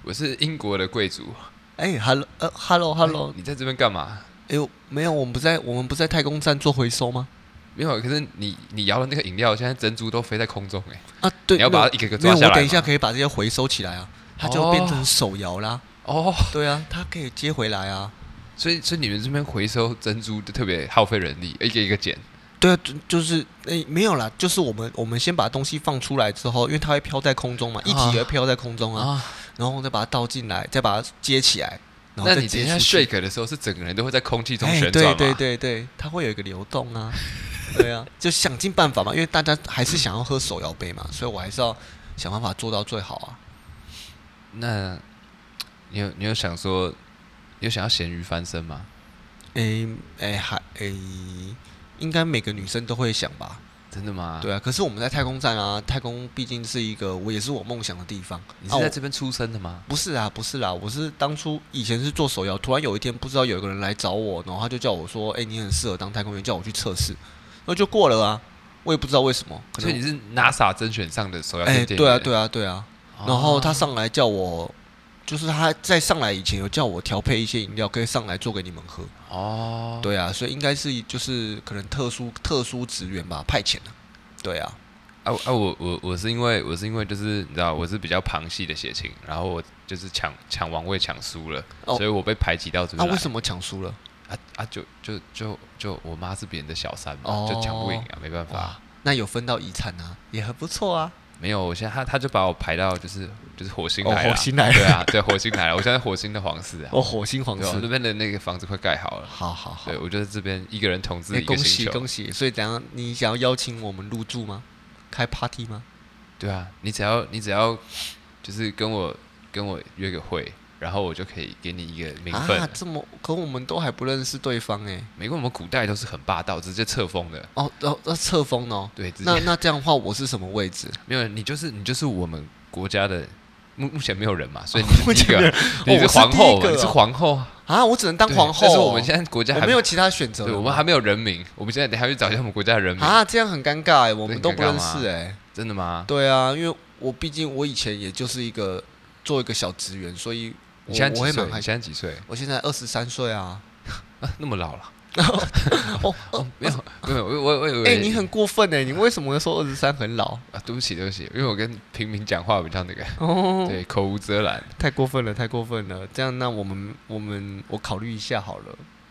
S1: 我是英国的贵族。
S2: 哎，hello 呃，hello hello，
S1: 你在这边干嘛？
S2: 哎呦，没有，我们不在，我们不在太空站做回收吗？
S1: 没有，可是你你摇的那个饮料，现在珍珠都飞在空中哎、
S2: 啊，对，
S1: 你要把它
S2: 没有
S1: 一个一个
S2: 没有
S1: 抓下来
S2: 我等一下
S1: 吗
S2: 可以把这些回收起来啊，它就
S1: 哦
S2: 变成手摇啦。
S1: 哦，
S2: 对啊，它可以接回来啊。
S1: 所以所以你们这边回收珍珠就特别耗费人力，一个一个捡。
S2: 对啊，就就是哎，没有啦，就是我们我们先把东西放出来之后，因为它会飘在空中嘛，一体
S1: 啊
S2: 也会飘在空中啊，
S1: 啊，
S2: 然后再把它倒进来，再把它接起来，然后
S1: 那你
S2: 再
S1: 等
S2: 接
S1: 一下
S2: 出去
S1: shake 的时候，是整个人都会在空气中
S2: 哎，
S1: 旋转吗？
S2: 对对对对，它会有一个流动啊，对啊，就想尽办法嘛，因为大家还是想要喝手摇杯嘛，所以我还是要想办法做到最好啊。
S1: 那你有你有想说，你有想要咸鱼翻身吗？
S2: 诶诶，还诶，应该每个女生都会想吧？
S1: 真的吗？，
S2: 对啊，可是我们在太空站啊，太空毕竟是一个我也是我梦想的地方。
S1: 你
S2: 啊
S1: 是
S2: 我
S1: 在这边出生的吗？
S2: 不是啊，不是啦，我是当初以前是做手摇，突然有一天不知道有一个人来找我，然后他就叫我说：“哎、你很适合当太空员，叫我去测试。”然后就过了啊，我也不知道为什么。可
S1: 所以
S2: 能
S1: 你是 NASA 甄选上的首要
S2: 哎、
S1: 店店
S2: 对啊，
S1: 员
S2: 对啊，对啊。
S1: 哦
S2: 然后他上来叫我，就是他在上来以前有叫我调配一些饮料，可以上来做给你们喝。
S1: 哦，
S2: 对啊，所以应该是就是可能特殊特殊职员吧，派遣的、对啊，
S1: 啊啊！我我我是因为我是因为就是你知道我是比较旁系的血型，然后我就是抢抢王位抢输了，
S2: 哦
S1: 所以我被排挤到这
S2: 那、
S1: 边来。
S2: 为什么抢输了？
S1: 啊啊！就就就就我妈是别人的小三嘛，
S2: 哦
S1: 就抢不赢啊，没办法
S2: 哇。，那有分到遗产啊，也很不错啊。
S1: 没有，我现在他他就把我排到就是就是火星
S2: 哦
S1: 来了，
S2: 火星来了
S1: 对啊，对火星来了，我现在火星的皇室啊，
S2: 哦，火星皇
S1: 对啊我们
S2: 室
S1: 那，边的那个房子快盖好了，
S2: 好好好
S1: 对，我就在这边一个人统治
S2: 哎
S1: 一个
S2: 恭
S1: 星
S2: 喜
S1: 球，
S2: 恭喜！所以等下你想要邀请我们入住吗？开 party 吗？
S1: 对啊，你只要你只要就是跟我跟我约个会，然后我就可以给你一个名分了。
S2: 啊，这么可我们都还不认识对方哎。
S1: 美国我们古代都是很霸道，直接册封的。
S2: 哦，哦，那册封哦。
S1: 对，直
S2: 那
S1: 接
S2: 那这样的话，我是什么位置？
S1: 没有你就是你就是我们国家的目目前没有人 嘛，所以
S2: 哦
S1: 你是
S2: 目
S1: 第一
S2: 前
S1: 个，
S2: 没有
S1: 你
S2: 人哦我是
S1: 皇后
S2: 第一
S1: 嘛，
S2: 个
S1: 你是
S2: 哦
S1: 皇后啊，
S2: 啊，我只能当
S1: 对
S2: 皇后、哦。
S1: 但是我们现在国家
S2: 我
S1: 还
S2: 没有其他选择了
S1: 对，
S2: 吗。
S1: 我们还没有人名，我们现在等一下去找一下我们国家的人名。
S2: 啊，这样很尴尬哎，我
S1: 对
S2: 们
S1: 很
S2: 都不
S1: 尴尬
S2: 认
S1: 嘛
S2: 识哎、
S1: 真的吗？
S2: 对啊，因为我毕竟我以前也就是一个做一个小职员，所以我
S1: 你现在
S2: 我
S1: 几
S2: 会
S1: 岁？
S2: 蛮
S1: 你
S2: 害羞。
S1: 现在几岁？
S2: 我现在二十三岁啊，
S1: 啊那么老了？
S2: 哦，
S1: 哦，没有，没有，我我我以
S2: 哎、
S1: 为
S2: 你很过分哎、你为什么会说二十三很 老？
S1: 啊，对不起，对不起，因为我跟平民讲话比较那个，
S2: 哦，
S1: 对，口无遮拦。
S2: 太过分了，太过分了。这样，那我们我们我考虑一下好了。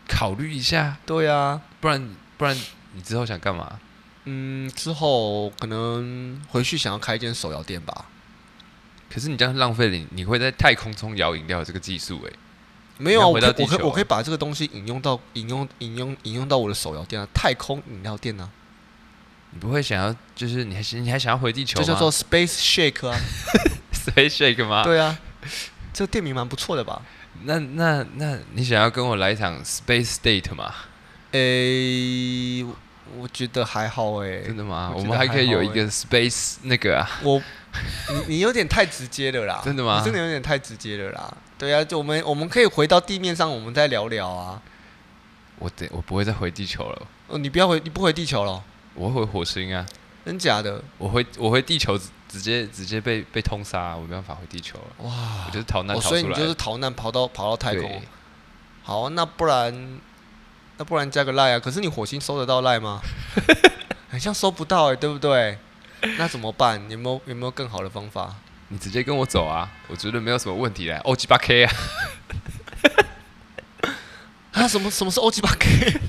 S1: 考虑一下，
S2: 对啊，
S1: 不然不然你之后想干嘛？
S2: 嗯，之后可能回去想要开一间手摇店吧。
S1: 可是你这样浪费了你，你会在太空中摇饮料的这个技术哎、
S2: 没有啊，
S1: 你要
S2: 我
S1: 回
S2: 可
S1: 到
S2: 以我
S1: 地
S2: 可以
S1: 球
S2: 我可以把这个东西引用到引用引用引用到我的手摇店啊，太空饮料店啊，
S1: 你不会想要，就是你还是你还想要回地球
S2: 这
S1: 吗？
S2: 叫做 Space Shake 啊，
S1: Space Shake 吗？
S2: 对啊，这个店名蛮不错的吧？
S1: 那那那你想要跟我来一场 Space Date 吗？
S2: 诶、我觉得还好欸诶、
S1: 真的吗？
S2: 我
S1: 我
S2: 觉
S1: 们
S2: 得
S1: 还可以
S2: 还
S1: 有
S2: 好
S1: 一个 Space 那个啊，
S2: 我你你有点太直接了啦，
S1: 真的吗
S2: 你真的有点太直接了啦。对啊，就我们我们可以回到地面上，我们再聊聊啊。
S1: 我得我不会再回地球了，
S2: 哦，你不要回，你不回地球了，
S1: 我会回火星啊，
S2: 真假的？
S1: 我回我回地球直直接直接被被通杀、啊我没办法回地球了，
S2: 哇
S1: 我就是逃难
S2: 哦，
S1: 逃
S2: 所以
S1: 出
S2: 你
S1: 来。
S2: 就是逃难跑到跑到太空
S1: 对。
S2: 好，啊那不然那不然加个赖啊？可是你火星收得到 赖吗？好像收不到哎、对不对？那怎么办？有没有有没有更好的方法？
S1: 你直接跟我走啊，我觉得没有什么问题啦。哦，鸡巴 K 啊，
S2: 啊，什么什么是 O G 八 K？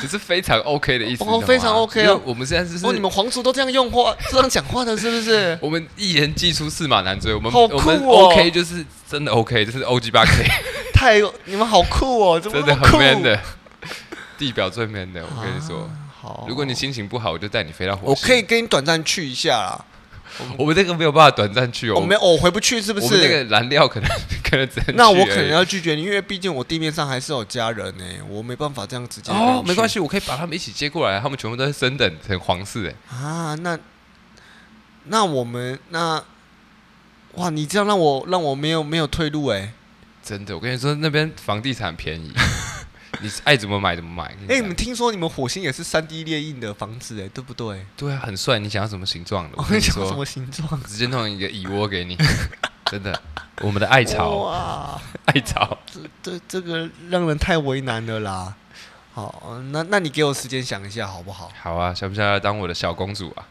S1: 只是非常 OK 的意思。
S2: 哦
S1: 你懂吗
S2: 非常 OK 啊
S1: 因为我们现 在就是、
S2: 哦，你们皇族都这样用话，这样讲话的是不是？
S1: 我们一言既出，驷马难追。我们、
S2: 好酷
S1: 我们
S2: 哦
S1: OK 就是真的 OK，就是 O G 八 K，
S2: 太你们好酷哦，怎么
S1: 真
S2: 那
S1: 的
S2: 么酷
S1: 很 man 的， 地表最 man 的。我跟你说，
S2: 啊好，
S1: 如果你心情不好，我就带你飞到火星。
S2: 我可以，跟你短暂去一下啦。
S1: 我们这个没有办法短暂去哦。
S2: 我没有，我回不去是
S1: 我
S2: 不
S1: 们那
S2: 是？
S1: 个燃料可能 可能只能
S2: 那
S1: 去
S2: 我
S1: 而
S2: 可能
S1: 已
S2: 要拒绝你，因为毕竟我地面上还是有家人呢、我没办法这样直接
S1: 哦，没关
S2: 系
S1: 系，我可以把他们一起接过来，他们全部都是升等很皇室哎。
S2: 啊。那那我们那哇，你这样让我让我没有没有退路哎、
S1: 真的，我跟你说，那边房地产便 宜，你爱怎么买怎么买。
S2: 哎、
S1: 哎、
S2: 你们听说你们火星也是三 D 列印的房子哎、对不对？
S1: 对啊，很帅，你想要什么形状的？
S2: 我
S1: 我跟
S2: 跟你
S1: 你
S2: 讲 什
S1: 说，
S2: 么形状？
S1: 直接弄一个蚁窝给你， 真的。我们的艾草，
S2: 哇，
S1: 艾草，
S2: 这这这个让人太为难了啦。好，那那你给我时间想一下好不好？
S1: 好啊，想不想要当我的小公主啊？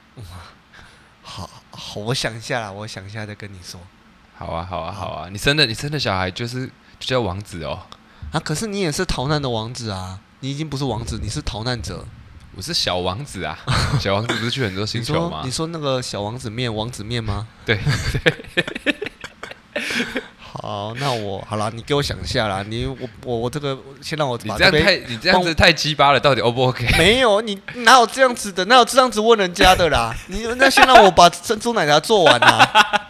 S2: 好好，我想一下啦，我想一下再跟你说。
S1: 好啊，好啊，好啊！你生的你生的小孩就是就叫王子哦，
S2: 啊，可是你也是逃难的王子啊！你已经不是王子，你是逃难者。
S1: 我是小王子 啊，小王子不是去很多
S2: 你
S1: 星球
S2: 说
S1: 吗
S2: 你？说那个小王子面王子面吗？
S1: 对
S2: 好，那我好啦，你给我想一下啦。你我我我这个先让我
S1: 你
S2: 把
S1: 这样
S2: 边
S1: 太你这样子太鸡巴了，到底 O 不 OK？
S2: 没有你哪有这样子的，哪有这样子问人家的啦？你那先让我把珍珠奶茶做完啦。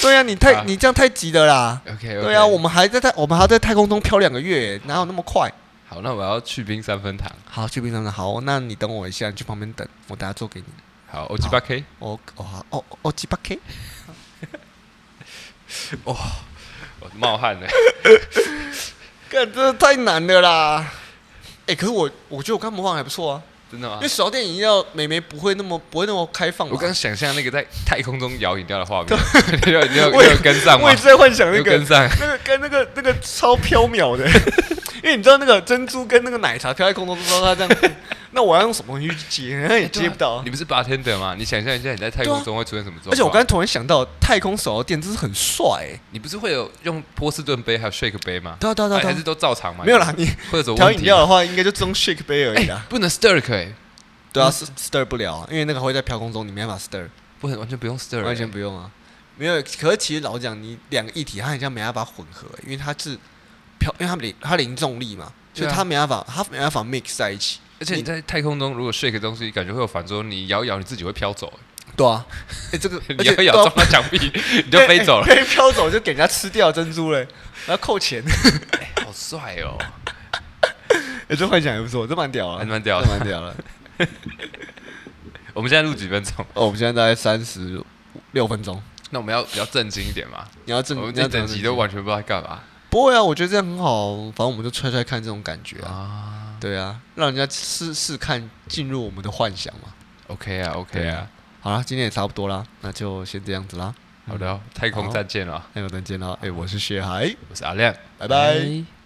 S2: 对呀、啊，你 太、
S1: 啊哎
S2: 你这样太急的啦。
S1: OK，,
S2: 对啊，我们还在太我们还要在太空中飘两个月，哪有那么快？
S1: 好，那我要去冰三分堂。
S2: 好，去冰上的好，那你等我一下，你去旁边等，我等下做给你。
S1: 好，O G 八 K，
S2: 哦哦好哦哦几百 K，
S1: 我冒 汗了。
S2: 干真的太难了啦！哎、可是我我觉得我刚模仿还不错啊，
S1: 真的吗
S2: 因为？手摇电影要美眉不会那么不会那么开放嘛。
S1: 我刚想象那个在太空中摇饮料的画面， 你有你有
S2: 我
S1: 你
S2: 也
S1: 有跟上
S2: 我
S1: 吗
S2: 也？是在幻想那
S1: 有
S2: 个
S1: 跟上，
S2: 那个跟那个那个超飘渺的， 因为你知道那个珍珠跟那个奶茶飘在空中，让它这样， 那我要用什么东西去接？然后也接不到啊。
S1: 你不是 bartender 吗？你想象一下你在太空中会出现什么状况？
S2: 而且我刚才突然想到，太空手摇店真是很帅、欸。
S1: 你不是会有用波士顿杯还有 shake 杯吗？
S2: 对啊对啊对啊
S1: 还
S2: 对
S1: 还
S2: 啊
S1: 是都照常吗？
S2: 没有啦，，你
S1: 会有什么
S2: 调
S1: 问
S2: 饮
S1: 题？
S2: 料的话，应该就只用 shake 杯而已啦。
S1: 不能 stir 可以，
S2: 对啊，stir-，stir 不了啊，因为那个会在飘空中，你没办法 stir，
S1: 不能完全不用 stir，
S2: 完全
S1: 欸
S2: 不用啊。没有，可是其实老讲，你两个一体，它很像没办法混合，欸因为它是飘，因为它零它零重力嘛，所以
S1: 对啊
S2: 它没办法，它没办法 mix 在一起。
S1: 而且你在太空中如果 shake 东西，感觉会有反作用，你摇一摇你自己会飘走欸。
S2: 对啊，哎、 这 个
S1: 你
S2: 而且
S1: 要
S2: 对啊
S1: 咬中到墙壁，你就飞 走了。
S2: 被被飘走就给人家吃掉珍珠嘞， 然后 扣钱，
S1: 好帅哦！
S2: 哎，这幻想也不错，这蛮屌啊，
S1: 还蛮屌的
S2: 这蛮屌了。
S1: 我们现在录几分钟？
S2: 哦，我们现在大概三十六分钟，
S1: 那我们要比较正经一点嘛。
S2: 你要正，
S1: 我们
S2: 你要
S1: 这整集
S2: 正
S1: 都完全不知道在干嘛
S2: 不会啊，我觉得这样很好，反正我们就揣揣看这种感觉啊，
S1: 啊。
S2: 对啊，让人家试试看进入我们的幻想嘛。
S1: OK 啊，OK
S2: 对
S1: 啊
S2: 啊，好啦，今天也差不多啦，那就先这样子啦，
S1: 好的哦，太空
S2: 好
S1: 再见了，
S2: 那我再见啦，哎，我是薛海，
S1: 我是阿亮，
S2: 拜拜。
S1: 拜